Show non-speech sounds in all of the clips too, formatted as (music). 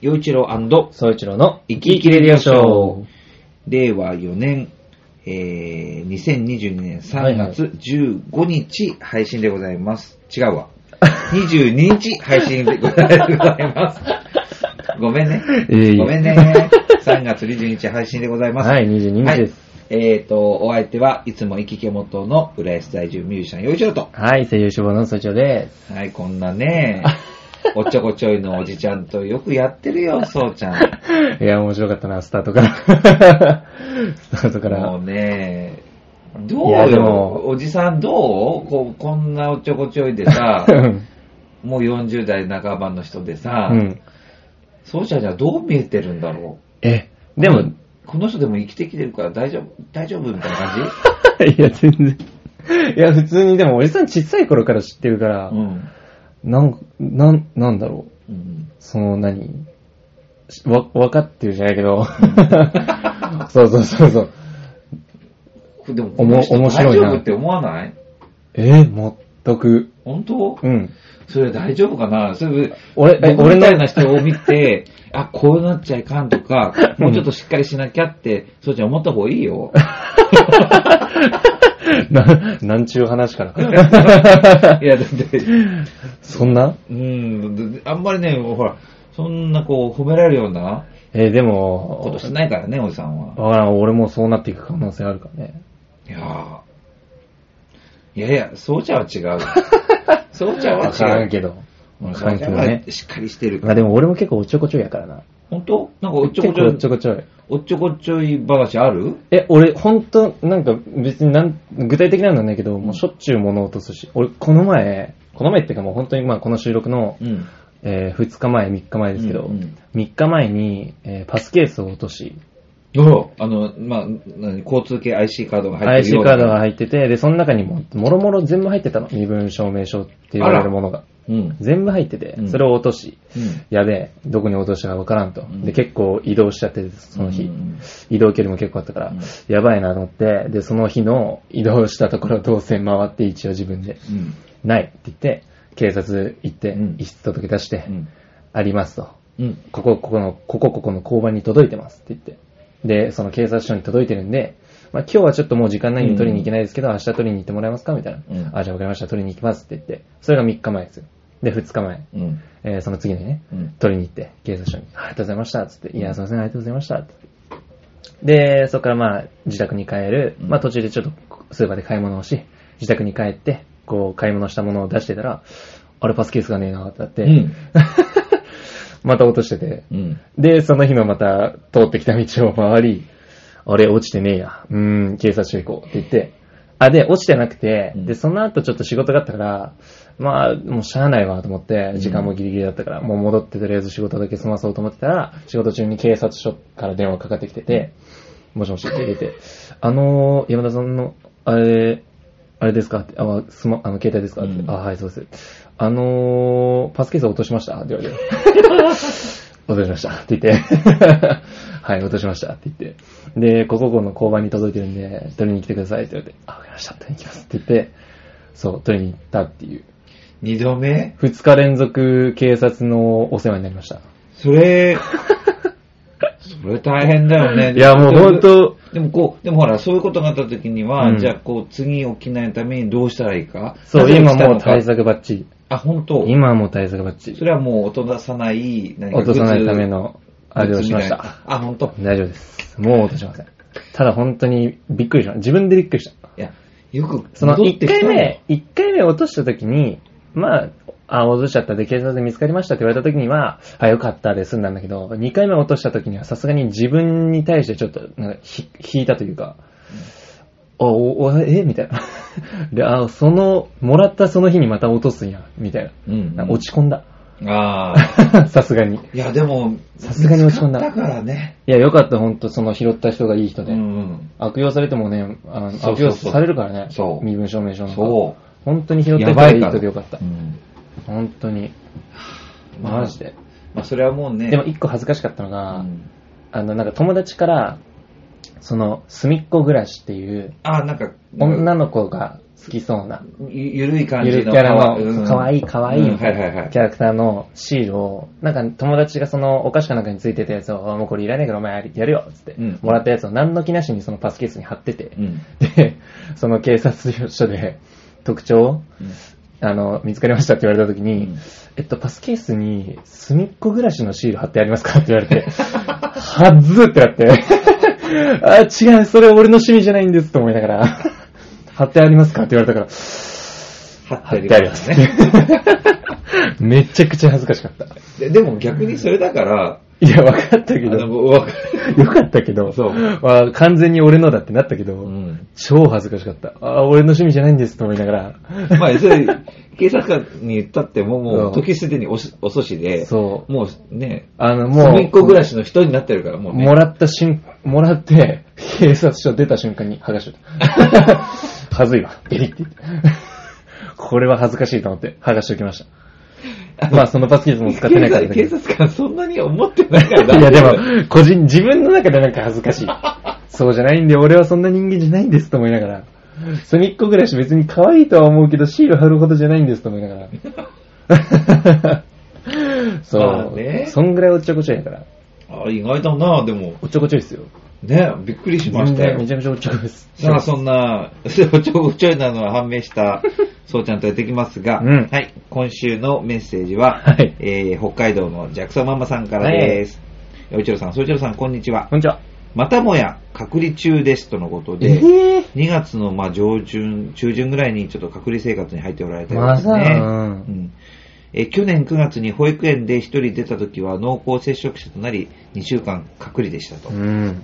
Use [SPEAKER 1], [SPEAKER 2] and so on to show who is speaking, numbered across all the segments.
[SPEAKER 1] 洋一郎
[SPEAKER 2] 総一郎の
[SPEAKER 1] 生
[SPEAKER 2] 生
[SPEAKER 1] き生き
[SPEAKER 2] き生き
[SPEAKER 1] レデ
[SPEAKER 2] レデ
[SPEAKER 1] ィ
[SPEAKER 2] ィ
[SPEAKER 1] オ
[SPEAKER 2] オ
[SPEAKER 1] シ
[SPEAKER 2] シ
[SPEAKER 1] ョ
[SPEAKER 2] ョ
[SPEAKER 1] ー
[SPEAKER 2] ー。
[SPEAKER 1] 令和4年、えー、2022年
[SPEAKER 2] は
[SPEAKER 1] 3
[SPEAKER 2] いはい
[SPEAKER 1] 月15日配信でございます。違うわ。22日配信でござい
[SPEAKER 2] (laughs)
[SPEAKER 1] ます。ごめんね
[SPEAKER 2] いえいえ。
[SPEAKER 1] ごめんね。3月22日配信でございます。
[SPEAKER 2] はい、22日です。
[SPEAKER 1] はい。えーと、お相手はいつも行きけ元の浦安在住ミュージシャン、洋一郎と。
[SPEAKER 2] はい、声優志望の総一郎です。
[SPEAKER 1] はい、こんな
[SPEAKER 2] (laughs)
[SPEAKER 1] ね、おっちょこちょいのおじちゃんとよくやってるよ、そうちゃん。
[SPEAKER 2] いや、面白かったな、スター
[SPEAKER 1] (laughs)
[SPEAKER 2] トから。スタートから。
[SPEAKER 1] もうね、どう
[SPEAKER 2] いやで
[SPEAKER 1] よ、
[SPEAKER 2] も、
[SPEAKER 1] おじさんどうこうこんなおっちょこちょいでさ
[SPEAKER 2] (laughs) うん
[SPEAKER 1] もう40代半ばの人でさ、
[SPEAKER 2] うん。
[SPEAKER 1] そうしたらどう見えてるんだろ。
[SPEAKER 2] え、でも、 (laughs) いう
[SPEAKER 1] この人でも生きてきてるから大丈夫、大丈夫みたいな感じ
[SPEAKER 2] や、全然。いや、普通に、でも、おじさん小さい頃から知ってるから (laughs)
[SPEAKER 1] う、ん。
[SPEAKER 2] なん、なん、なんだろう。
[SPEAKER 1] うん。
[SPEAKER 2] その何、しわ、分かってるじゃないけど。 (laughs) そうそうそうそう。
[SPEAKER 1] でも、この人
[SPEAKER 2] おも面
[SPEAKER 1] 大
[SPEAKER 2] 白い
[SPEAKER 1] 丈
[SPEAKER 2] な
[SPEAKER 1] 夫って思わない
[SPEAKER 2] えー、全く。
[SPEAKER 1] 本当
[SPEAKER 2] うん。
[SPEAKER 1] それ大丈夫かなそれ、
[SPEAKER 2] 俺、え、
[SPEAKER 1] 僕
[SPEAKER 2] 俺
[SPEAKER 1] み
[SPEAKER 2] の
[SPEAKER 1] たいな人を見
[SPEAKER 2] (laughs)
[SPEAKER 1] て、あ、こうなっちゃいかんとか、もうちょっとしっかりしなきゃって、そうちゃん思った方がいい
[SPEAKER 2] (laughs)
[SPEAKER 1] よ。
[SPEAKER 2] な、なんちゅう
[SPEAKER 1] (laughs)
[SPEAKER 2] 話かな。
[SPEAKER 1] いや、だって、
[SPEAKER 2] そんな
[SPEAKER 1] うん、であんまりね、ほら、そんなこう、褒められるような
[SPEAKER 2] えーで
[SPEAKER 1] こ
[SPEAKER 2] も
[SPEAKER 1] と、しないからね、おじさんは。
[SPEAKER 2] わからん、俺もそうなっていく可能性あるからね。
[SPEAKER 1] いやーいやいや、そうちゃんは違
[SPEAKER 2] (laughs)
[SPEAKER 1] う。そうちゃんは
[SPEAKER 2] わから
[SPEAKER 1] 違
[SPEAKER 2] ん
[SPEAKER 1] う。
[SPEAKER 2] けど。
[SPEAKER 1] うん
[SPEAKER 2] わ
[SPEAKER 1] そ
[SPEAKER 2] から
[SPEAKER 1] うんち
[SPEAKER 2] け
[SPEAKER 1] ゃ
[SPEAKER 2] ど
[SPEAKER 1] ん
[SPEAKER 2] ね
[SPEAKER 1] は。しっかりしてる。
[SPEAKER 2] まあでも俺も結構おっちょこちょいやからな。
[SPEAKER 1] 本当なんかおっちょこち
[SPEAKER 2] 結構おっちょ
[SPEAKER 1] ょい、
[SPEAKER 2] こちょい。
[SPEAKER 1] おっちょこちょい話ある
[SPEAKER 2] え、俺、ほんと、なんか別になん、具体的なんだねけど、もうしょっちゅう物落とすし、俺、この前、この前っていうかもう本当にまあこの収録の、
[SPEAKER 1] うん。
[SPEAKER 2] え2日前、3日前ですけど、
[SPEAKER 1] うんうん
[SPEAKER 2] 3日前に、えーパスケースを落とし、
[SPEAKER 1] どうあの、まあ、何交通系 IC カードが入って
[SPEAKER 2] IC
[SPEAKER 1] るような。
[SPEAKER 2] カードが入ってて、で、その中にも、もろもろ全部入ってたの。身分証明書って言われるものが。
[SPEAKER 1] うん。うん。
[SPEAKER 2] 全部入ってて
[SPEAKER 1] う、ん
[SPEAKER 2] それを落とし、やべえ、どこに落としたかわからんと。
[SPEAKER 1] ん
[SPEAKER 2] で、結構移動しちゃって、その日。
[SPEAKER 1] うん
[SPEAKER 2] 移動距離も結構あったから、やばいなと思って、で、その日の移動したところ動線回って、一応自分で、
[SPEAKER 1] うん。
[SPEAKER 2] ないって言って、警察行って
[SPEAKER 1] うん、
[SPEAKER 2] 遺失届出して、
[SPEAKER 1] うん。
[SPEAKER 2] ありますと。
[SPEAKER 1] うん。
[SPEAKER 2] ここ、ここの、ここ、ここの交番に届いてますって言って。で、その警察署に届いてるんで、まあ今日はちょっともう時間ないんで取りに行けないですけど、明日取りに行ってもらえますかみたいな。
[SPEAKER 1] うん
[SPEAKER 2] あ、じゃあわかりました、取りに行きますって言って。それが3日前ですよ。で、2日前。
[SPEAKER 1] うん。
[SPEAKER 2] えーその次の日ね、
[SPEAKER 1] うん
[SPEAKER 2] 取りに行って、警察署に、ありがとうございました、つって、いや、すいません、ありがとうございました、って。で、そこからまあ、自宅に帰る、
[SPEAKER 1] うん
[SPEAKER 2] まあ途中でちょっとスーパーで買い物をし、自宅に帰って、こう、買い物したものを出してたら、あれパスケースがねえな、ってなって、
[SPEAKER 1] うん。
[SPEAKER 2] また落としてて、
[SPEAKER 1] うん。
[SPEAKER 2] で、その日のまた通ってきた道を回り、あれ落ちてねえや。うーん、警察署行こうって言って。あ、で、落ちてなくて、
[SPEAKER 1] うん
[SPEAKER 2] で、その後ちょっと仕事があったから、まあ、もうしゃあないわと思って、時間もギリギリだったから、もう戻ってとりあえず仕事だけ済まそうと思ってたら、仕事中に警察署から電話かかってきてて、もしもしって出て、あのー、山田さんの、あれ、あれですかって、あ、スマ、あの、携帯ですかって、
[SPEAKER 1] うん
[SPEAKER 2] あ、はい、そうです。あのー、パスケース落としましたって言われて。 (laughs) 落としましたって言って、はい、落としましたって言って、で、こここの交番に届いてるんで、取りに来てくださいって言われて、あ、わかりました、取りに来ますって言って、そう、取りに行ったっていう。
[SPEAKER 1] 二度目
[SPEAKER 2] 二日連続警察のお世話になりました。
[SPEAKER 1] そ
[SPEAKER 2] (laughs)
[SPEAKER 1] れ、それ大変だよね。
[SPEAKER 2] いや、もう本当
[SPEAKER 1] でもこう、でもほら、そういうことがあった時には、
[SPEAKER 2] うん
[SPEAKER 1] じゃあこう、次起きないためにどうしたらいいか。
[SPEAKER 2] そう、今もう対
[SPEAKER 1] 対策。
[SPEAKER 2] 策バッチリ。
[SPEAKER 1] あ、本当。
[SPEAKER 2] 今はもう対策バッチ
[SPEAKER 1] そ
[SPEAKER 2] リ。
[SPEAKER 1] れはもう落とさない、何か
[SPEAKER 2] 落とさないため
[SPEAKER 1] グ
[SPEAKER 2] の、
[SPEAKER 1] ッズ
[SPEAKER 2] あれをしまし。
[SPEAKER 1] グッズみ
[SPEAKER 2] た。
[SPEAKER 1] いなあ、本当。
[SPEAKER 2] 大丈夫です。もう落としません。ただ本当にびっくりしました。自分でびっくりした。
[SPEAKER 1] いや、よく、
[SPEAKER 2] その
[SPEAKER 1] 戻っ
[SPEAKER 2] 1
[SPEAKER 1] てき
[SPEAKER 2] 回
[SPEAKER 1] たね
[SPEAKER 2] 目、、一回目落とした時に、まあ、あ、落としちゃったで警察で見つかりましたって言われた時には、あ、よかったで済んだんだけど、2回目落とした時にはさすがに自分に対してちょっと、なんか、ひ、引いたというか、あ、お、おえみたいな。 (laughs) で、あ、その、もらったその日にまた落とすんや、みたいな。
[SPEAKER 1] うん、
[SPEAKER 2] なんか落ち込んだ。 (laughs)
[SPEAKER 1] ああ。
[SPEAKER 2] さすがに。い
[SPEAKER 1] いや、でも、
[SPEAKER 2] さすがに落ち込んだ
[SPEAKER 1] 見つかったからね。
[SPEAKER 2] や、よかった、ほんと、その拾った人がいい人
[SPEAKER 1] う
[SPEAKER 2] で。
[SPEAKER 1] ん、
[SPEAKER 2] 悪用されてもね、あの
[SPEAKER 1] そう
[SPEAKER 2] 悪
[SPEAKER 1] そう
[SPEAKER 2] 用
[SPEAKER 1] そう
[SPEAKER 2] されるからね。
[SPEAKER 1] そう
[SPEAKER 2] 身分証明書
[SPEAKER 1] う
[SPEAKER 2] の。
[SPEAKER 1] ん。そ
[SPEAKER 2] 本当に拾
[SPEAKER 1] う。
[SPEAKER 2] った人
[SPEAKER 1] や
[SPEAKER 2] が
[SPEAKER 1] ば
[SPEAKER 2] いい
[SPEAKER 1] いから。
[SPEAKER 2] 人でよかった
[SPEAKER 1] う。ん
[SPEAKER 2] 本当に。マジで。
[SPEAKER 1] まあ、それはもうね。
[SPEAKER 2] でも一個恥ずかしかったのが、
[SPEAKER 1] うん
[SPEAKER 2] あの、なんか友達から、その、すみっこ暮らしっていう、
[SPEAKER 1] あ、なんか、
[SPEAKER 2] 女の子が好きそうな、
[SPEAKER 1] ゆゆるい感
[SPEAKER 2] ゆ
[SPEAKER 1] じ
[SPEAKER 2] るキ
[SPEAKER 1] の。
[SPEAKER 2] ャラの、かわい
[SPEAKER 1] い
[SPEAKER 2] いかわいい
[SPEAKER 1] うん
[SPEAKER 2] み
[SPEAKER 1] は
[SPEAKER 2] たい
[SPEAKER 1] いはいは
[SPEAKER 2] ないキャラクターのシールを、なんか友達がそのお菓子かなんかについてたやつを、あもうこれいらねえからお前やるよっつって
[SPEAKER 1] うん、
[SPEAKER 2] もらったやつを何の気なしにそのパスケースに貼ってて
[SPEAKER 1] う、ん。
[SPEAKER 2] で、その警察署で特徴を、あの、見つかりましたって言われた時に、
[SPEAKER 1] うん
[SPEAKER 2] えっと、パスケースに隅っこ暮らしのシール貼ってありますかって言われて、はっずってなって、
[SPEAKER 1] (laughs)
[SPEAKER 2] あ、違う、それ俺の趣味じゃないんですと思いながら、貼ってありますかって言われたから、
[SPEAKER 1] 貼っ
[SPEAKER 2] 貼
[SPEAKER 1] て
[SPEAKER 2] っ
[SPEAKER 1] る
[SPEAKER 2] てありますね。めちゃくちゃ恥ずかしかった。
[SPEAKER 1] ででも逆にそれだから、
[SPEAKER 2] いや、分かった
[SPEAKER 1] あ
[SPEAKER 2] けど、よ
[SPEAKER 1] の、わか
[SPEAKER 2] かったけど、
[SPEAKER 1] そう
[SPEAKER 2] まあ完全に俺のだってなったけど、
[SPEAKER 1] うん。
[SPEAKER 2] 超恥ずかしかった。あ、俺の趣味じゃないんですと思いながら、
[SPEAKER 1] まあ、それ、警察官に言ったっても、も
[SPEAKER 2] そう
[SPEAKER 1] う、時すでにおし遅しで、
[SPEAKER 2] そう。
[SPEAKER 1] もうね、
[SPEAKER 2] あの、もう、
[SPEAKER 1] 隅っこ暮らしの人になってるから、もうね。
[SPEAKER 2] もらった瞬、もらって、警察署出た瞬間に剥がしちゃ
[SPEAKER 1] (laughs)
[SPEAKER 2] った。はずいわ。ビリって言って。これは恥ずかしいと思って剥がしておきました。まあ、そのパスキーズも使ってないからだけ
[SPEAKER 1] 警
[SPEAKER 2] ど。
[SPEAKER 1] 察警察官そんなに思ってないから
[SPEAKER 2] (laughs) い
[SPEAKER 1] 大丈
[SPEAKER 2] や、で
[SPEAKER 1] 夫だよ
[SPEAKER 2] も、個人、自分の中でなんか恥ずかしい。そうじゃないんで、俺はそんな人間じゃないんですと思いながら。隅っこ暮らし別に可愛いとは思うけど、シール貼るほどじゃないんですと思いなが
[SPEAKER 1] (laughs)
[SPEAKER 2] ら。そう、
[SPEAKER 1] まあね
[SPEAKER 2] そんぐらいおっちょこちょいだから。
[SPEAKER 1] あ意外だな、でも。
[SPEAKER 2] おっちょこちょいですよ。
[SPEAKER 1] ね、びっくりしましたよ
[SPEAKER 2] め。ちゃめちゃおっちょこちょいです。
[SPEAKER 1] さあ、そんな、 (laughs) おちょこちょいなのは判明した、そうちゃんとやってきますが、
[SPEAKER 2] (laughs) うん
[SPEAKER 1] はい、今週のメッセージは、
[SPEAKER 2] はい
[SPEAKER 1] えー北海道のジャクソンママさんからです。おちろさん、そうちろさん、こんにちは。
[SPEAKER 2] こんにちは。
[SPEAKER 1] またもや隔離中ですとのことで、
[SPEAKER 2] え
[SPEAKER 1] 2月のまあ上旬、中旬ぐらいにちょっと隔離生活に入っておられたよう
[SPEAKER 2] ま
[SPEAKER 1] です
[SPEAKER 2] さ
[SPEAKER 1] ね。
[SPEAKER 2] か
[SPEAKER 1] う。んえ去年9月に保育園で1人出た時は濃厚接触者となり2週間隔離でしたと。
[SPEAKER 2] うん。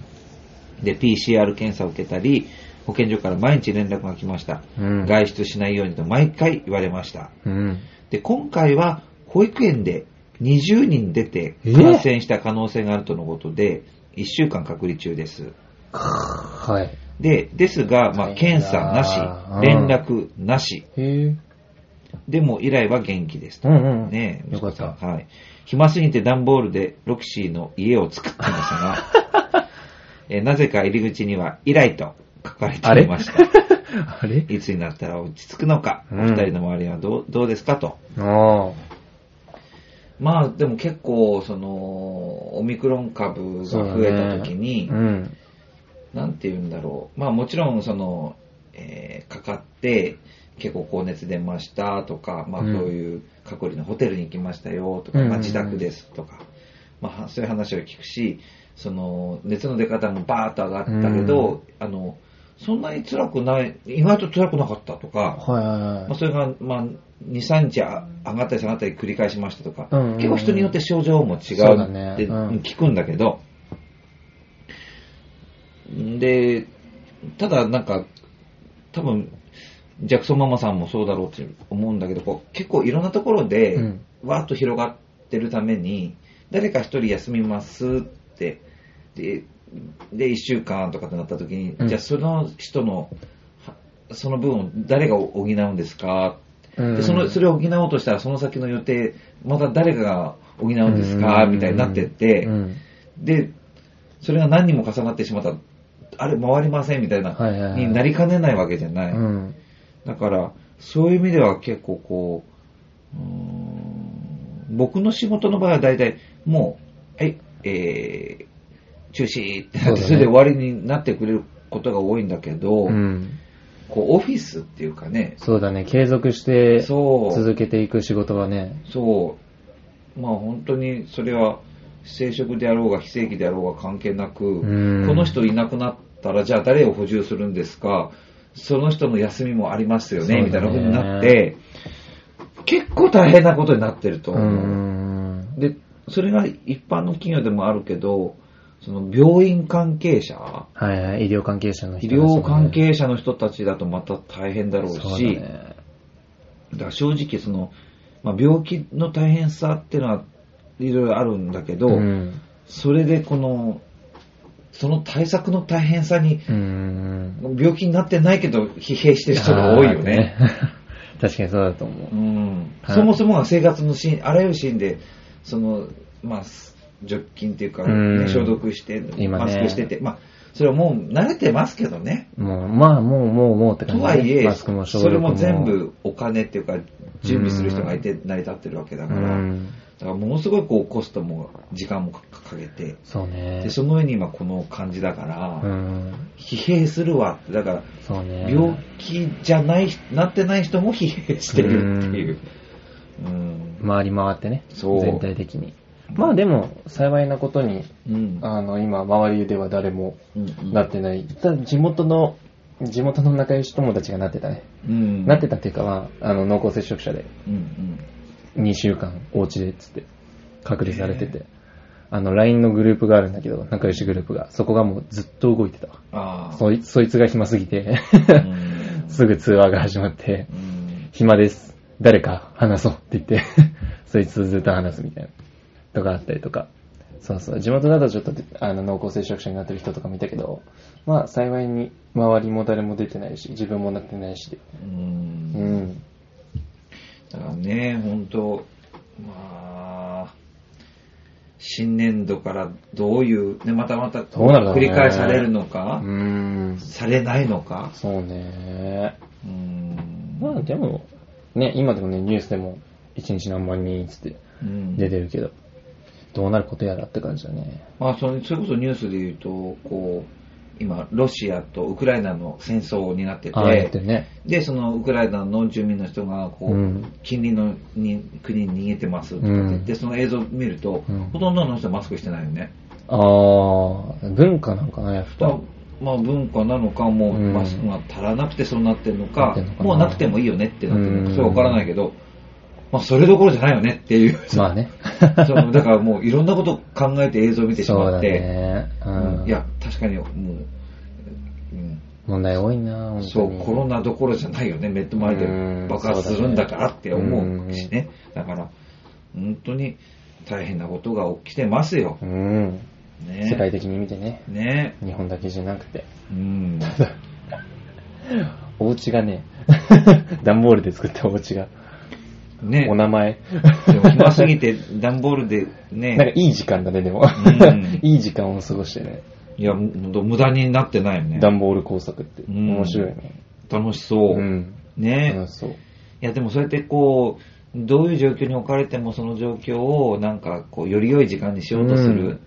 [SPEAKER 1] で、PCR 検査を受けたり、保健所から毎日連絡が来ました。
[SPEAKER 2] うん。
[SPEAKER 1] 外出しないようにと毎回言われました。
[SPEAKER 2] うん。
[SPEAKER 1] で、今回は保育園で20人出て
[SPEAKER 2] え
[SPEAKER 1] 感染した可能性があるとのことで、1週間隔離中です。
[SPEAKER 2] はい。
[SPEAKER 1] で、ですが、まあ、
[SPEAKER 2] 大変
[SPEAKER 1] 検
[SPEAKER 2] だ
[SPEAKER 1] 査なし、連絡なし、
[SPEAKER 2] へえ。
[SPEAKER 1] でも以来は元気です
[SPEAKER 2] う
[SPEAKER 1] と。
[SPEAKER 2] んうん。
[SPEAKER 1] ねえ
[SPEAKER 2] よかった。
[SPEAKER 1] はい。暇すぎて段ボールでロキシーの家を作ってましたが、
[SPEAKER 2] (laughs)
[SPEAKER 1] えなぜか入り口には以来と書かれていました。
[SPEAKER 2] (laughs) あれ
[SPEAKER 1] いつになったら落ち着くのか、お
[SPEAKER 2] うん
[SPEAKER 1] 二人の周りはどうどうですかと。
[SPEAKER 2] あ
[SPEAKER 1] まあでも結構、その、オミクロン株が
[SPEAKER 2] あ。そうだ
[SPEAKER 1] 増
[SPEAKER 2] ね
[SPEAKER 1] えた時に、
[SPEAKER 2] うん。
[SPEAKER 1] なんて言うんだろう。まあもちろん、その、えーかかって、結構高熱出ましたとか、まあ
[SPEAKER 2] う
[SPEAKER 1] そうんいう隔離のホテルに行きましたよとか、
[SPEAKER 2] うん
[SPEAKER 1] まあ自宅ですとか、まあそういう話を聞くし、その、熱の出方もバーッと上がったけど、あの、そんなに辛くない、意外と辛くなかったとか、
[SPEAKER 2] はいはい
[SPEAKER 1] まあ、
[SPEAKER 2] はい。
[SPEAKER 1] それが、まあ、2、3日あ上がったり下がったり繰り返しましたとか、
[SPEAKER 2] うんうんうん
[SPEAKER 1] 結構人によって症状も違
[SPEAKER 2] そううだ
[SPEAKER 1] う
[SPEAKER 2] ね
[SPEAKER 1] って
[SPEAKER 2] うん
[SPEAKER 1] 聞くんだけど、で、ただなんか、多分、ジャクソンママさんもそうだろうって思うんだけど、こう結構いろんなところ
[SPEAKER 2] う
[SPEAKER 1] で
[SPEAKER 2] ん、
[SPEAKER 1] わーっと広がってるために、誰か一人休みますって、で、で、1週間とかってなった時に、
[SPEAKER 2] うん
[SPEAKER 1] じゃあその人の、はその分を誰が補うんですか
[SPEAKER 2] うん
[SPEAKER 1] でそのそれを補おうとしたらその先の予定、また誰かが補うんですかみたいになってって
[SPEAKER 2] う、ん。
[SPEAKER 1] で、それが何人も重なってしまったら、あれ回りませんみたいな、
[SPEAKER 2] はいはいはい
[SPEAKER 1] になりかねないわけじゃない。
[SPEAKER 2] うん。
[SPEAKER 1] だから、そういう意味では結構こう、うーん僕の仕事の場合は大体、もう、はい、えー、中止ってな
[SPEAKER 2] そうだ
[SPEAKER 1] って、
[SPEAKER 2] ね
[SPEAKER 1] それで終わりになってくれることが多いんだけど、
[SPEAKER 2] うん。
[SPEAKER 1] こう、オフィスっていうかね、
[SPEAKER 2] そうだね。継続して
[SPEAKER 1] そう、
[SPEAKER 2] 続けていく仕事はね。
[SPEAKER 1] そう、まあ本当にそれは、非正職であろうが非正規であろうが関係なく、
[SPEAKER 2] うん
[SPEAKER 1] この人いなくなったら、じゃあ誰を補充するんですか、その人の休みもありますよね、
[SPEAKER 2] そうだね
[SPEAKER 1] みたいな風になって、結構大変なことになってると
[SPEAKER 2] う
[SPEAKER 1] 思う。
[SPEAKER 2] ん。
[SPEAKER 1] で、それが一般の企業でもあるけど、その病院関係者、
[SPEAKER 2] はいはい。医療関係者の
[SPEAKER 1] 医
[SPEAKER 2] 人たちもね
[SPEAKER 1] 療関係者の人たちだとまた大変だろうし、
[SPEAKER 2] そうだね。
[SPEAKER 1] だから正直その、まあ、病気の大変さっていうのはいろいろあるんだけど、
[SPEAKER 2] うん。
[SPEAKER 1] それでこの、その対策の大変さに
[SPEAKER 2] うん。
[SPEAKER 1] 病気になってないけど疲弊してる人が多いよね。
[SPEAKER 2] あー。ね (laughs) 確かにそうだと思う
[SPEAKER 1] う。ん、
[SPEAKER 2] はい
[SPEAKER 1] そもそもが生活のシーン、あらゆるシーンで、その、まあ、除菌っていうか、
[SPEAKER 2] う
[SPEAKER 1] ね、
[SPEAKER 2] ん
[SPEAKER 1] 消毒して、
[SPEAKER 2] 今ね
[SPEAKER 1] マスクしてて、まあ、それはもう慣れてますけどね。
[SPEAKER 2] もう、まあ、もう、もう、もうって感
[SPEAKER 1] と
[SPEAKER 2] じ
[SPEAKER 1] は
[SPEAKER 2] でね、
[SPEAKER 1] いえ、
[SPEAKER 2] マスクも消
[SPEAKER 1] そ
[SPEAKER 2] 毒
[SPEAKER 1] れも全部お金っていうか、準備する人がいて成り立ってるわけだ
[SPEAKER 2] う
[SPEAKER 1] から、だ
[SPEAKER 2] ん。
[SPEAKER 1] からものすごいこうコストも時間もかかけて、
[SPEAKER 2] そうね
[SPEAKER 1] で。その上に今この感じだから、
[SPEAKER 2] うん。
[SPEAKER 1] 疲弊するわって、だから
[SPEAKER 2] そうね。
[SPEAKER 1] 病気じゃない、なってない人も疲弊してるっていう。うん。
[SPEAKER 2] 回り回ってね。
[SPEAKER 1] そう
[SPEAKER 2] 全体的に。まあでも、幸いなことに、
[SPEAKER 1] うん。
[SPEAKER 2] あの、今、周りでは誰も
[SPEAKER 1] うん
[SPEAKER 2] なってない。ただ、地元の、地元の仲良し友達がなってたね。
[SPEAKER 1] うん。
[SPEAKER 2] なってたっていうかは、あの、濃厚接触者で、
[SPEAKER 1] うんうん。
[SPEAKER 2] 2週間、お家で、つって、隔離されてて。あの、LINE のグループがあるんだけど、仲良しグループが。そこがもうずっと動いてたわ。
[SPEAKER 1] ああ。
[SPEAKER 2] そいそいつが暇すぎて、
[SPEAKER 1] うん
[SPEAKER 2] (laughs) すぐ通話が始まって、
[SPEAKER 1] うん
[SPEAKER 2] 暇です。誰か話そうって言って、 (laughs) そいつとずっと話すみたいな。とかあったりとか。そうそう。地元だとちょっと、あの、濃厚接触者になってる人とか見たけど、まあ、幸いに、周りも誰も出てないし、自分もなってないしで。
[SPEAKER 1] う。
[SPEAKER 2] うんん。
[SPEAKER 1] だからね、本当まあ、新年度からどういう、ね、またまた
[SPEAKER 2] どうなるだろう
[SPEAKER 1] 繰
[SPEAKER 2] ね
[SPEAKER 1] り返されるのか、
[SPEAKER 2] うん。
[SPEAKER 1] されないのか。
[SPEAKER 2] そうね。
[SPEAKER 1] うん。
[SPEAKER 2] まあ、でも、ね、今でもね、ニュースでも、1日何万人っつって
[SPEAKER 1] うん
[SPEAKER 2] 出てるけど、どうなることやらって感じだね。
[SPEAKER 1] まあ、それそれこそニュースで言うと、こう、今、ロシアとウクライナの戦争になって
[SPEAKER 2] ああ、やって
[SPEAKER 1] て、
[SPEAKER 2] るね。
[SPEAKER 1] で、そのウクライナの住民の人が、こう、
[SPEAKER 2] うん
[SPEAKER 1] 近隣のに国に逃げてますとかって言って、その映像見ると、
[SPEAKER 2] うん
[SPEAKER 1] ほとんどの人はマスクしてないよね。
[SPEAKER 2] ああ、文化なんかな、やっ
[SPEAKER 1] だ
[SPEAKER 2] ぱ。
[SPEAKER 1] まあ、文化なのか、もう
[SPEAKER 2] うん
[SPEAKER 1] マスクが足らなくてそうなってるのか、
[SPEAKER 2] なってんのかな
[SPEAKER 1] もうなくてもいいよねってなってるの
[SPEAKER 2] う
[SPEAKER 1] か、
[SPEAKER 2] ん
[SPEAKER 1] それはわからないけど、まあ、それどころじゃないよねっていう。
[SPEAKER 2] まあね。
[SPEAKER 1] そのだからもういろんなこと考えて映像を見てし
[SPEAKER 2] そう
[SPEAKER 1] まっ
[SPEAKER 2] だ
[SPEAKER 1] て、
[SPEAKER 2] ね。うん。
[SPEAKER 1] いや、確かにもう、うん
[SPEAKER 2] 問題多いな、本当に。
[SPEAKER 1] そう、コロナどころじゃないよね、目の前で爆発するんだからって思うしね。だから、本当に大変なことが起きてますよ
[SPEAKER 2] う。ん。
[SPEAKER 1] ね。
[SPEAKER 2] 世界的に見てね。
[SPEAKER 1] ね。
[SPEAKER 2] 日本だけじゃなくて。 (laughs)
[SPEAKER 1] うん。
[SPEAKER 2] お家が
[SPEAKER 1] (laughs)
[SPEAKER 2] ね、段ボールで作ったお家が。
[SPEAKER 1] ね
[SPEAKER 2] お。名前。
[SPEAKER 1] でも暇すぎて、段ボールで
[SPEAKER 2] なんか
[SPEAKER 1] ね、
[SPEAKER 2] いい時間だね、でも
[SPEAKER 1] ん。
[SPEAKER 2] (laughs) いい時間を過ごしてね。
[SPEAKER 1] いや、ほんと無駄になってないよね。
[SPEAKER 2] 段ボール工作って。
[SPEAKER 1] うん
[SPEAKER 2] 面白いね。
[SPEAKER 1] 楽しそうう。
[SPEAKER 2] ん。
[SPEAKER 1] ね。
[SPEAKER 2] 楽しそう。
[SPEAKER 1] いや、でもそうやってこう、どういう状況に置かれてもその状況をなんかこう、より良い時間にしようとする。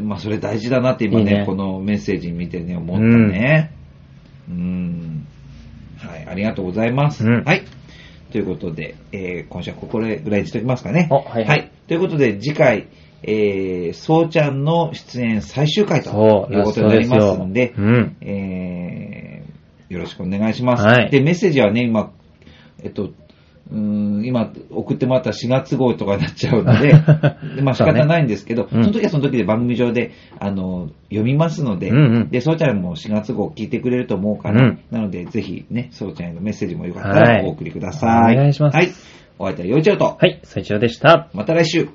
[SPEAKER 1] まあ、それ大事だなって今ね
[SPEAKER 2] いいね
[SPEAKER 1] このメッセージ見てね、思ったね。うん。はい、ありがとうございます。
[SPEAKER 2] うん
[SPEAKER 1] はい。ということで、えー今週はここぐらいにしときますかね。
[SPEAKER 2] おはいはい
[SPEAKER 1] ということで、次回、えー、そうちゃんの出演最終回と
[SPEAKER 2] そう、
[SPEAKER 1] いう
[SPEAKER 2] ラ
[SPEAKER 1] こ
[SPEAKER 2] ス
[SPEAKER 1] とに
[SPEAKER 2] ト
[SPEAKER 1] な
[SPEAKER 2] で
[SPEAKER 1] り
[SPEAKER 2] す
[SPEAKER 1] ます
[SPEAKER 2] よ。
[SPEAKER 1] ので
[SPEAKER 2] う、ん。
[SPEAKER 1] えーよろしくお願いします。
[SPEAKER 2] はい
[SPEAKER 1] で、メッセージはね、今、えっと、うーん今、送ってもらった4月号とかになっちゃうの
[SPEAKER 2] (laughs)
[SPEAKER 1] で、でまあ仕
[SPEAKER 2] そうね
[SPEAKER 1] 方ないんですけど、そ,、
[SPEAKER 2] うん
[SPEAKER 1] の時はその時で番組上で、あの、読みますので、
[SPEAKER 2] うんうん
[SPEAKER 1] で、そうちゃんも4月号聞いてくれると思うから、
[SPEAKER 2] うん
[SPEAKER 1] なので、ぜひね、そうちゃんへのメッセージもよかった
[SPEAKER 2] は
[SPEAKER 1] ら
[SPEAKER 2] い
[SPEAKER 1] お送りください。
[SPEAKER 2] お願いします
[SPEAKER 1] はい。お相手はよいちゃうと、
[SPEAKER 2] はい、最長でした。
[SPEAKER 1] また来週。